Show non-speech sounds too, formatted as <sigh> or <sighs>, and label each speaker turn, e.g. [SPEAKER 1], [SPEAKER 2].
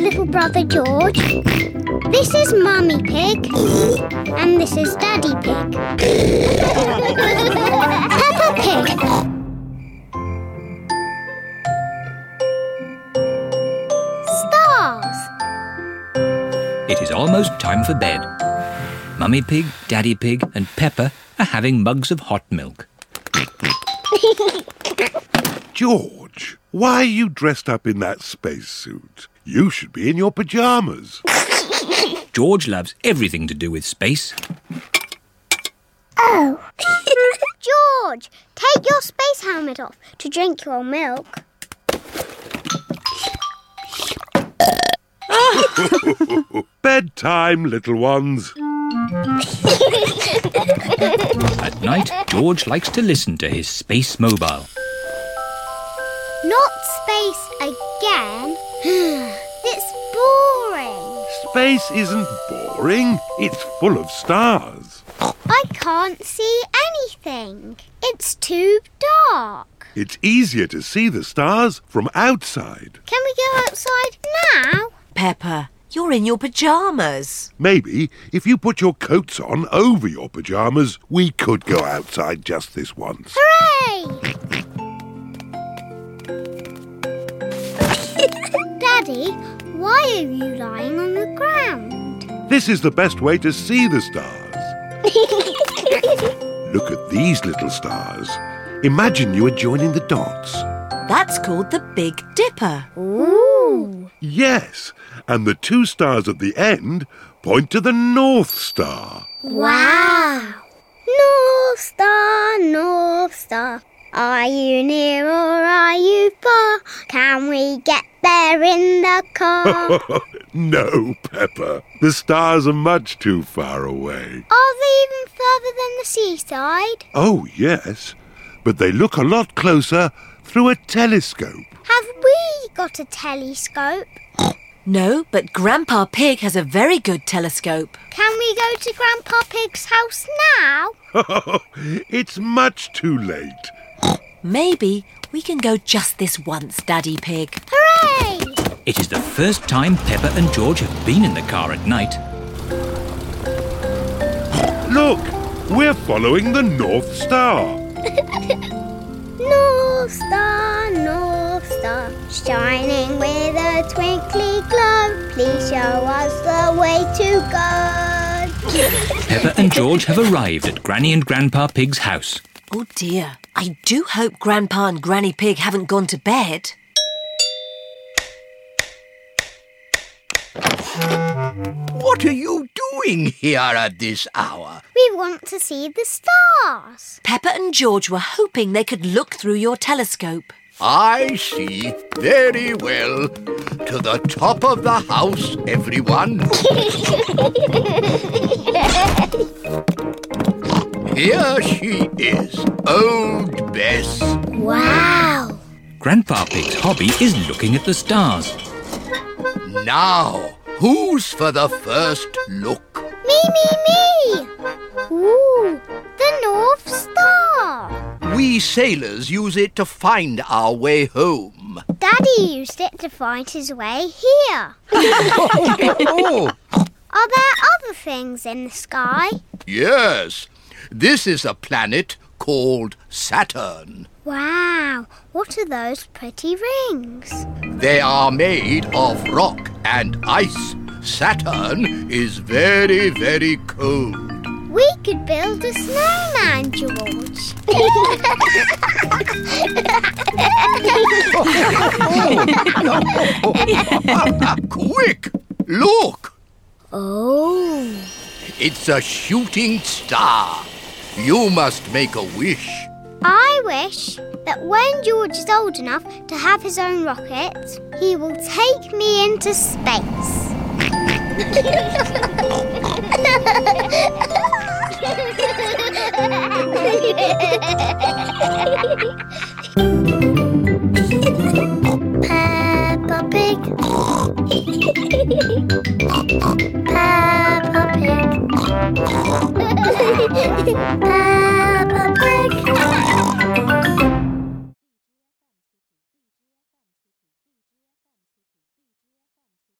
[SPEAKER 1] little brother George. This is Mummy Pig. And this is Daddy Pig. <laughs> Peppa Pig. Stars.
[SPEAKER 2] It is almost time for bed. Mummy Pig, Daddy Pig, and Pepper are having mugs of hot milk.
[SPEAKER 3] George, why are you dressed up in that spacesuit? You should be in your pyjamas.
[SPEAKER 2] George loves everything to do with space.
[SPEAKER 1] <laughs> George, take your space helmet off to drink your milk.
[SPEAKER 3] Bedtime, little ones.
[SPEAKER 2] At night, George likes to listen to his space mobile.
[SPEAKER 1] Not space again. <sighs> it's boring.
[SPEAKER 3] Space isn't boring. It's full of stars.
[SPEAKER 1] I can't see anything. It's too dark.
[SPEAKER 3] It's easier to see the stars from outside.
[SPEAKER 1] Can we go outside now?
[SPEAKER 4] Pepper, you're in your pyjamas.
[SPEAKER 3] Maybe if you put your coats on over your pyjamas, we could go outside just this once.
[SPEAKER 1] Hooray! <laughs> Daddy, why are you lying on the ground?
[SPEAKER 3] This is the best way to see the stars. Look at these little stars. Imagine you are joining the dots.
[SPEAKER 4] That's called the Big Dipper.
[SPEAKER 1] Ooh.
[SPEAKER 3] Yes, and the two stars at the end point to the North Star. <laughs>
[SPEAKER 1] Wow. North Star, North Star. Are you near or are you far? Can we get there in the <laughs> car?
[SPEAKER 3] no, Pepper. The stars are much too far away.
[SPEAKER 1] are they even further than the seaside?
[SPEAKER 3] Oh, yes, but they look a lot closer through a telescope. <laughs>
[SPEAKER 1] Have we got a telescope?
[SPEAKER 4] No, but Grandpa Pig has a very good telescope.
[SPEAKER 1] Can we go to Grandpa Pig's house now?
[SPEAKER 3] it's much too late.
[SPEAKER 4] Maybe we can go just this once, Daddy Pig.
[SPEAKER 1] Hooray!
[SPEAKER 2] It is the first time Pepper and George have been in the car at night.
[SPEAKER 3] Look, we're following the North Star.
[SPEAKER 1] North Star, North Star, shining with a twinkly glow, please show us the way to God.
[SPEAKER 2] Pepper and George have arrived at Granny and Grandpa Pig's house.
[SPEAKER 4] Oh dear, I do hope Grandpa and Granny Pig haven't gone to bed.
[SPEAKER 5] What are you doing here at this hour?
[SPEAKER 1] We want to see the stars.
[SPEAKER 4] Pepper and George were hoping they could look through your telescope.
[SPEAKER 5] I see. Very well. To the top of the house, everyone. Here she is, Old Bess.
[SPEAKER 1] Wow!
[SPEAKER 2] Grandpa Pig's hobby is looking at the stars.
[SPEAKER 5] Now, who's for the first look?
[SPEAKER 1] Me, me, me! Ooh, the North Star!
[SPEAKER 5] We sailors use it to find our way home.
[SPEAKER 1] Daddy used it to find his way here.
[SPEAKER 5] Oh,
[SPEAKER 1] Are there other things in the sky?
[SPEAKER 5] yes. This is a planet called Saturn.
[SPEAKER 1] Wow, what are those pretty rings?
[SPEAKER 5] They are made of rock and ice. Saturn is very, very cold.
[SPEAKER 1] We could build a snowman, George. <laughs>
[SPEAKER 5] Quick! Look!
[SPEAKER 1] oh.
[SPEAKER 5] It's a shooting star. You must make a wish.
[SPEAKER 1] I wish that when George is old enough to have his own rocket, he will take me into space.